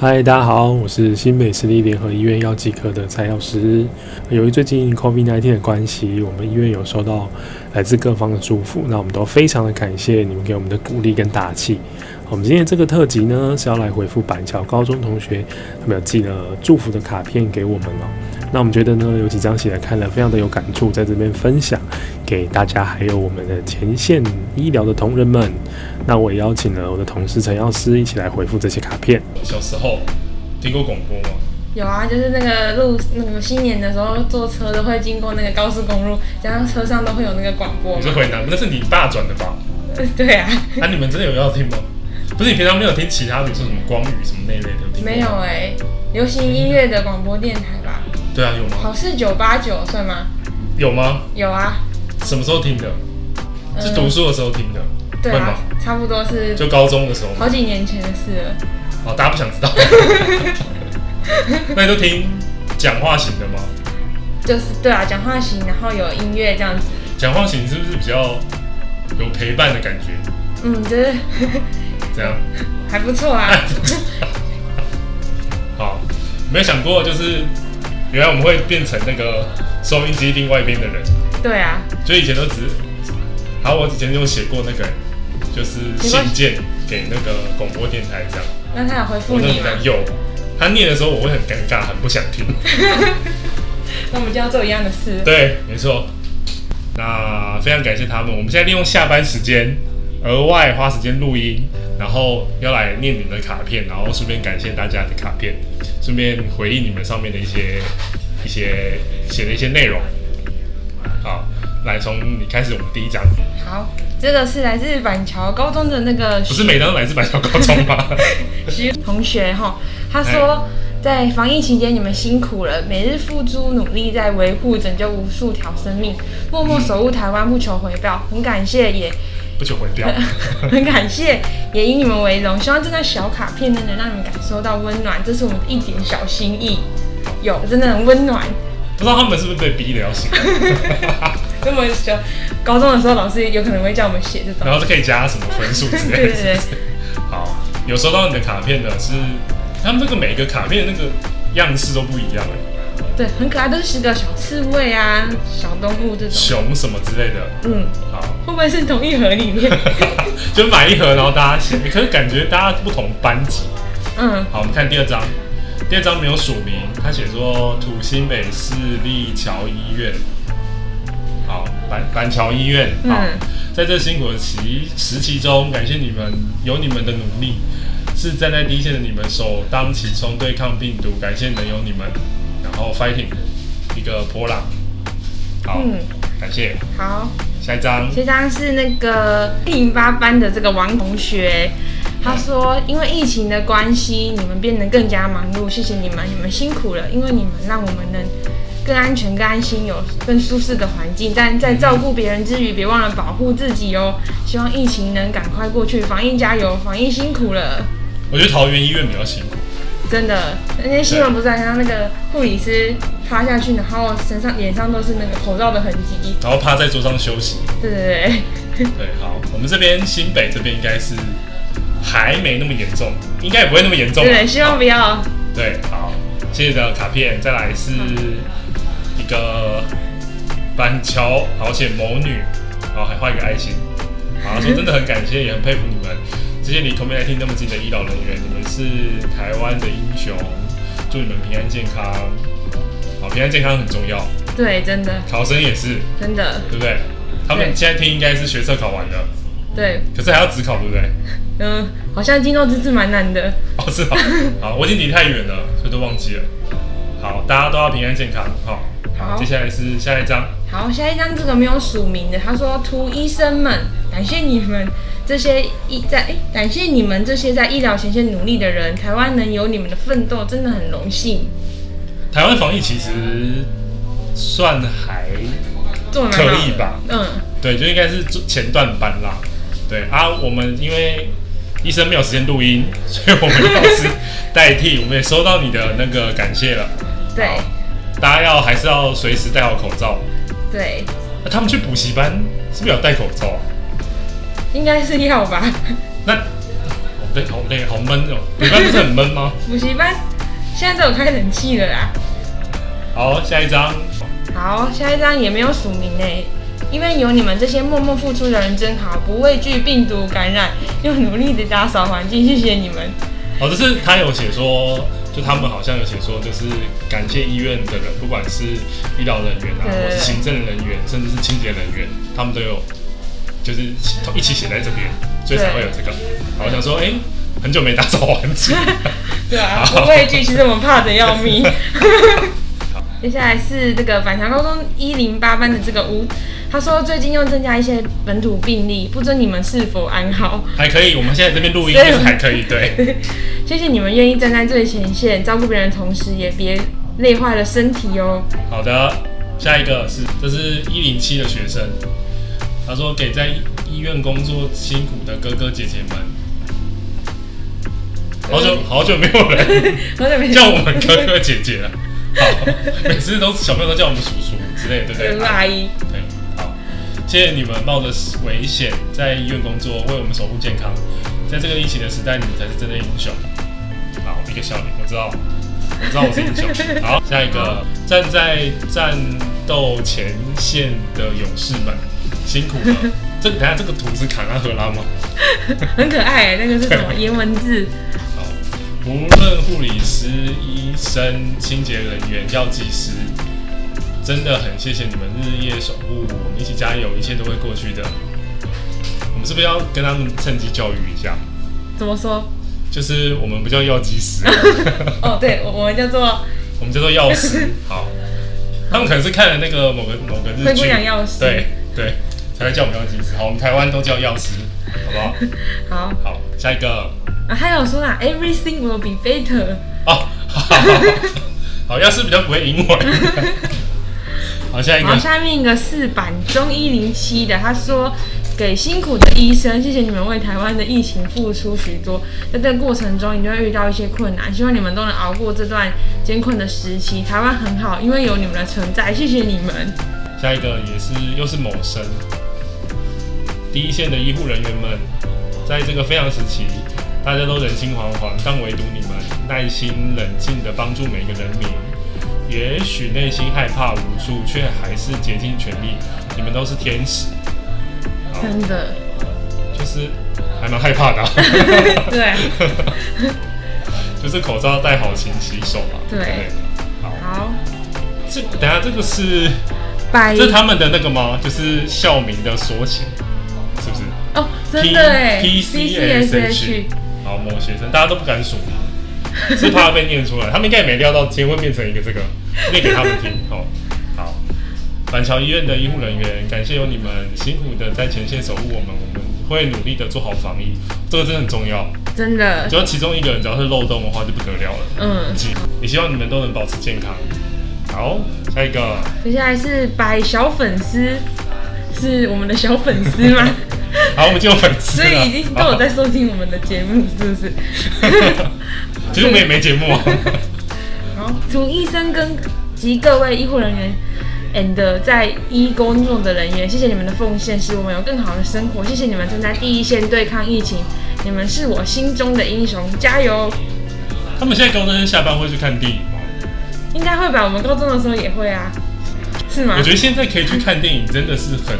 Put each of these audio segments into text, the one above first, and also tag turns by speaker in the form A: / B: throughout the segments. A: 嗨，大家好，我是新北市立联合医院药剂科的蔡药师。由于最近 COVID-19 的关系，我们医院有收到来自各方的祝福，那我们都非常的感谢你们给我们的鼓励跟打气。我们今天这个特辑呢，是要来回复板桥高中同学他们有寄了祝福的卡片给我们哦。那我们觉得呢，有几张写来看了非常的有感触，在这边分享给大家，还有我们的前线医疗的同仁们。那我也邀请了我的同事陈药师一起来回复这些卡片。
B: 小时候听过广播吗？
C: 有啊，就是那个路，那个新年的时候坐车都会经过那个高速公路，加上车上都会有那个广播
B: 你。是回南部，那是你爸转的 吧？
C: 对啊，
B: 啊，你们真的有要听吗？不是，你平常没有听其他，比如说什么光宇什么那一类的，有听过吗
C: 没有？哎、流行音乐的广播电台吧，
B: 对啊，有吗？
C: 好事九八九算吗？
B: 有吗？
C: 有啊，
B: 什么时候听的？
C: 嗯
B: 是读书的时候听的，
C: 对
B: 会
C: 啊
B: 吗？，
C: 差不多是
B: 就高中的时候 吗？
C: 好几年前的事了。
B: 哦，大家不想 知道。那你都听讲话型的吗？
C: 就是对啊，讲话型，然后有音乐这样子，
B: 讲话型是不是比较有陪伴的感觉？
C: 嗯，就是
B: 这样。
C: 还不 错啊。
B: 好，没有想过，就是原来我们会变成那个收音机另外一边的人，
C: 对啊，
B: 就以前都只，好，我以前有写过那个，就是信件给那个广播电台这样，
C: 那他有回复
B: 我那
C: 你
B: 时
C: 吗
B: 候？有，他念的时候我会很尴尬，很不想听。
C: 那我们就要做一样的事。
B: 对，没错。那非常感谢他们，我们现在利用下班时间额外花时间录音，然后要来念你们的卡片，然后顺便感谢大家的卡片，顺便回应你们上面的一些一些写的一些内容。好，来从你开始，我们第一张
C: 好，这个是来自板桥高中的那个
B: 不是每张都来自板桥高中吗？
C: 徐同学哈，他说在防疫期间你们辛苦了，每日付诸努力在维护拯救无数条生命，默默守护台湾不求回报，很感谢也
B: 不求回掉。
C: 很感谢也以你们为荣，希望这张小卡片呢能让你们感受到温暖，这是我们的一点小心意，有真的很温暖。
B: 不知道他们是不是被逼的要写，
C: 那么小高中的时候，老师有可能会叫我们写这
B: 然
C: 种，
B: 后就可以加什么分数之类
C: 对
B: 的。
C: 对对，
B: 好，有收到你的卡片的是，他们那个每个卡片的那个样式都不一样哎，
C: 对，很可爱，都是十个小刺猬啊、小动物这种，
B: 熊什么之类的。
C: 嗯，
B: 好，
C: 会不会是同一盒里面？
B: 就买一盒，然后大家写。可是感觉大家不同班级。
C: 嗯。
B: 好，我们看第二张，第二张没有署名，他写说土新北市立桥医院。好，板板桥医院。好，
C: 嗯
B: 在这辛苦的期时期中，感谢你们有你们的努力，是站在第一线的你们首当其冲对抗病毒，感谢能有你们，然后 fighting 一个波浪。好，
C: 嗯
B: 感谢。
C: 好，
B: 下一张，
C: 这张是那个一零八班的这个王同学，他说因为疫情的关系，你们变得更加忙碌，谢谢你们，你们辛苦了，因为你们让我们能更安全、更安心，有更舒适的环境。但在照顾别人之余，别忘了保护自己哦。希望疫情能赶快过去，防疫加油，防疫辛苦了。
B: 我觉得桃园医院比较辛苦。
C: 真的，那些新闻不是还看到那个护理师趴下去，然后身上、脸上都是那个口罩的痕迹。
B: 然后趴在桌上休息。
C: 对对对，
B: 对，好，我们这边新北这边应该是还没那么严重，应该也不会那么严重
C: 对
B: 啊。
C: 对，希望不要。
B: 对，好，谢谢你的卡片。再来是一个板桥好险某女，然后还画一个爱心。好，他说真的很感谢，也很佩服你们这些离 COVID-19 那么近的医疗人员，你们是台湾的英雄，祝你们平安健康。好，平安健康很重要，
C: 对，真的，
B: 考生也是，
C: 真的，
B: 对不对？他们
C: 对
B: 现在听应该是学测考完了。
C: 对，
B: 可是还要只考，对不对？
C: 嗯、好像金豆之治蛮难的。
B: 哦，是好，好，我已经离太远了，所以都忘记了。好，大家都要平安健康。好，
C: 好
B: 接下来是下一张，
C: 好，下一张这个没有署名的，他说：“图医生们，感谢你们这些医在哎，感谢你们这些在医疗前线努力的人，台湾能有你们的奋斗，真的很荣幸。
B: 台湾防疫其实算还
C: 做得蛮好的
B: 可以吧？
C: 嗯，
B: 对，就应该是前段班啦。对啊，我们因为医生没有时间录音，所以我们老师代替，我们也收到你的那个感谢了。
C: 对
B: 好大家要还是要随时戴好口罩。
C: 对，
B: 那他们去补习班是不是有戴口罩啊？
C: 应该是要吧？
B: 那我对，好累，好闷哦。你班不是很闷吗？
C: 补习班现在都有开冷气了啦。
B: 好，下一张。
C: 好，下一张也没有署名诶，因为有你们这些默默付出的人真好，不畏惧病毒感染，又努力的打扫环境，谢谢你们。
B: 哦，就是他有写说，就他们好像有写说，就是感谢医院的人，不管是医疗人员啊，
C: 对
B: 或是行政人员，甚至是清洁人员，他们都有就是一起写在这边，所以才会有这个。然后我想说，哎、很久没打扫环境，
C: 对啊，
B: 好
C: 不畏惧，其实我们怕的要 命。接下来是这个板桥高中一零八班的这个吴，他说最近又增加一些本土病例，不知你们是否安好？
B: 还可以。我们现在这边录音
C: 所以
B: 就是还可以，对。
C: 谢谢你们愿意站在最前线照顾别人，同时也别累坏了身体哦。
B: 好的，下一个是这是一零七的学生，他说给在医院工作辛苦的哥哥姐姐们，好久好久没有人
C: 好久没
B: 叫我们哥哥姐姐了，好，每次都是小朋友都叫我们叔叔之类的，对不对？
C: 跟阿姨，
B: 对，好，谢谢你们冒着危险在医院工作，为我们守护健康。在这个疫情的时代，你们才是真的英雄。好，一个笑脸，我知道，我知道我是英雄。好，下一个，站在战斗前线的勇士们，辛苦了。这等下这个图是卡纳赫拉吗？
C: 很可爱，那个是 什么颜文字？
B: 好，无论护理师、医生、清洁人员、药剂师，真的很谢谢你们日夜守护我，我们一起加油，一切都会过去的。我们是不是要跟他们趁机教育一下？
C: 怎么说？
B: 就是我们不叫药剂师，啊
C: 哦，对，我我们叫做
B: 我们叫做药师。好，他们可能是看了那个某个某个日剧，
C: 灰姑娘药师
B: 对对，才会叫我们药剂师。好，我们台湾都叫药师，好不好？
C: 好
B: 好，下一个。
C: 啊，还有说啦，everything will be better。
B: 哦，好，好，要是比较不会英文。好，下一
C: 好，
B: 个，
C: 下面一个四版中一零七的，他说给辛苦的医生，谢谢你们为台湾的疫情付出许多。在这个过程中，你就会遇到一些困难，希望你们都能熬过这段艰困的时期。台湾很好，因为有你们的存在，谢谢你们。
B: 下一个也是又是某生，第一线的医护人员们，在这个非常时期，大家都人心惶惶，但唯独你们耐心冷静地帮助每个人民。也许内心害怕无助，却还是竭尽全力。你们都是天使，好，
C: 真 的，
B: 就是还蛮害怕的啊、
C: 对，
B: 就是口罩戴好，勤洗手嘛。
C: 对
B: 对，好。
C: 好，
B: 这等下这个是
C: 拜
B: 这是他们的那个吗？就是校名的缩写，是不是
C: 哦，真的哎
B: P C S H
C: PCSH。
B: 好，某学生大家都不敢署名，是怕被念出来。他们应该也没料到今天会变成一个这个，念给他们听哦。好，板桥医院的医护人员，感谢有你们辛苦的在前线守护我们，我们会努力的做好防疫，这个真的很重要。
C: 真的
B: 只，要其中一个人只要是漏洞的话，就不得了了。
C: 嗯。
B: 也希望你们都能保持健康。好，下一个。
C: 接下来是百小粉丝，是我们的小粉丝 吗？
B: 好，我们就有粉丝
C: 所
B: 了，
C: 以已经都有在收听我们的节目，是不 是？
B: 好。 其实我们也没节 目啊。
C: 好，祝医生跟及各位医护人员 and 在医工作的人员，谢谢你们的奉献，使我们有更好的生活。谢谢你们站在第一线对抗疫情，你们是我心中的英雄，加油！
B: 他们现在高中生下班会去看电影吗？
C: 应该会吧？我们高中的时候也会啊，是吗
B: 我？觉得现在可以去看电影，真的是很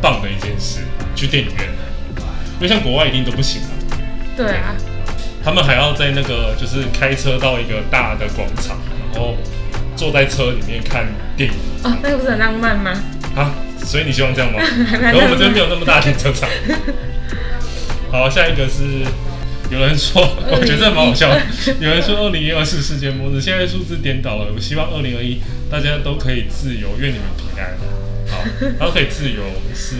B: 棒的一件事。去电影院，因为像国外一定都不行啊，
C: 对啊，
B: 他们还要在那个就是开车到一个大的广场，然后坐在车里面看电影
C: 哦，那个不是很浪漫吗？
B: 啊。所以你希望这样吗？
C: 还蛮
B: 然后我们这边没有那么大的停车场。好，下一个是有人说，我觉得这蛮好笑的。有人说二零二四世界末日，现在数字颠倒了。我希望二零二一大家都可以自由，愿你们平安。好，然后可以自由是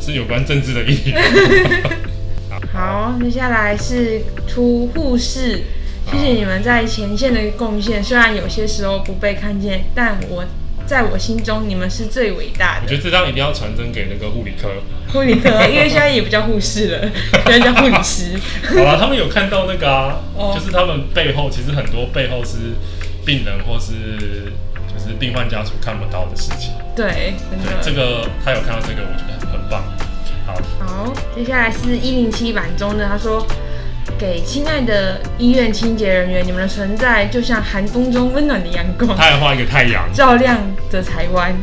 B: 是有关政治的意义。
C: 好，接下来是出护士，谢谢你们在前线的贡献。虽然有些时候不被看见，但我在我心中，你们是最伟大
B: 我觉
C: 的
B: 得这张一定要传真给那个护理科。
C: 护理科，因为现在也不叫护士了， 现在叫护理师。
B: 好啦，他们有看到那个啊，
C: 哦
B: 就是他们背后其实很多背后是病人或是就是病患家属看不到的事情。
C: 对，真
B: 对，这
C: 的。
B: 个他有看到这个，我觉得很棒。好，
C: 好，接下来是一零七版中的，他说给亲爱的医院清洁人员，你们的存在就像寒风中温暖的阳光
B: 他，还画一个太阳，
C: 照亮着台湾。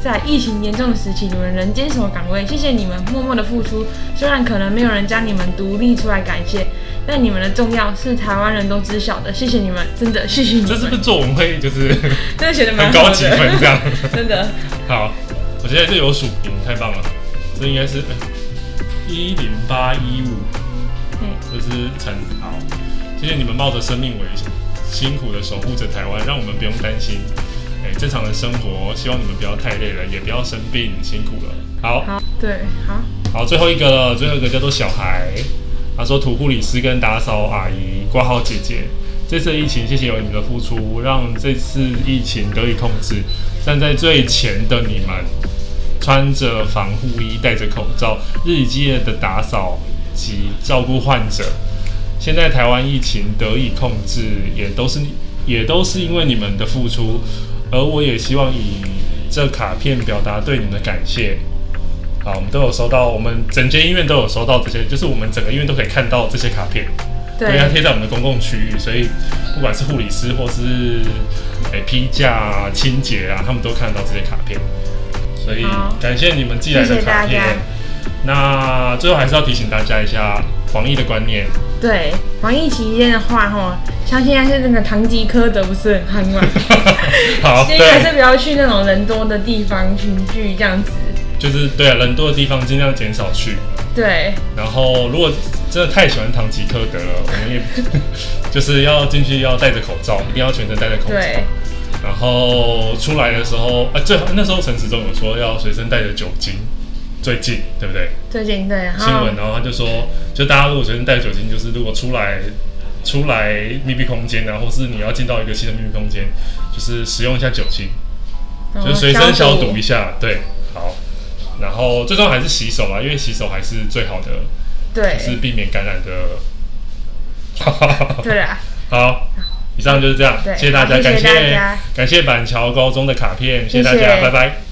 C: 在疫情严重的时期，你们仍坚守岗位，谢谢你们默默的付出。虽然可能没有人将你们独立出来感谢，但你们的重要是台湾人都知晓的。谢谢你们，真的谢谢 你们。
B: 这是不是作文会就是
C: 真的写的蛮
B: 很
C: 好
B: 高
C: 的，
B: 级分这样？
C: 真的。
B: 好，我觉得这有署名，太棒了，这应该是一零八一五，
C: 嗯
B: 这是陈豪，谢谢你们冒着生命危险，辛苦的守护着台湾，让我们不用担心，哎、正常的生活，希望你们不要太累了，也不要生病，辛苦了。好，
C: 好，对，好，
B: 好，最后一个了，最后一个叫做小孩，他说土护理师跟打扫阿姨挂号姐姐，这次疫情谢谢有你们的付出，让这次疫情得以控制。站在最前的你们，穿着防护衣，戴着口罩，日以继夜的打扫及照顾患者。现在台湾疫情得以控制，也都是也都是因为你们的付出，而我也希望以这卡片表达对你们的感谢。好，我们都有收到，我们整间医院都有收到这些，就是我们整个医院都可以看到这些卡片，因为它
C: 对，
B: 贴在我们的公共区域，所以不管是护理师或是诶批假啊、清洁啊，他们都看得到这些卡片。所以
C: 好
B: 感谢你们寄来
C: 谢
B: 的
C: 谢
B: 卡
C: 大
B: 片
C: 家。
B: 那最后还是要提醒大家一下防疫的观 念，
C: 对，防疫期间的话，哈，像现在是那个堂吉诃德不是很夯 嘛，
B: 好，
C: 建议还
B: 哦对
C: 是，不要去那种人多的地方群聚这样子。
B: 就是对啊人多的地方尽量减少去。
C: 对，
B: 然后如果真的太喜欢唐吉诃德 了，我们也就是要进去要戴着口罩，一定要全程戴着口罩。
C: 对，
B: 然后出来的时候，啊，最好那时候陈时中有说要随身带着酒精，最近对不对？
C: 最近对，然
B: 新
C: 后
B: 闻，然后他就说，就大家如果随身带酒精，就是如果出来出来密闭空间啊，或是你要进到一个新的密闭空间，就是使用一下酒精，
C: 然后
B: 就是随身哦消毒一下。对，好。然后最重要还是洗手啊，因为洗手还是最好的，就是
C: 对，
B: 避免感染的。哈哈哈哈
C: 对啊，
B: 好，以上就是这样，
C: 对
B: 谢谢大家，
C: 好谢谢
B: 感
C: 大家
B: 感谢板桥高中的卡片，谢谢大
C: 谢
B: 家，
C: 谢
B: 拜拜。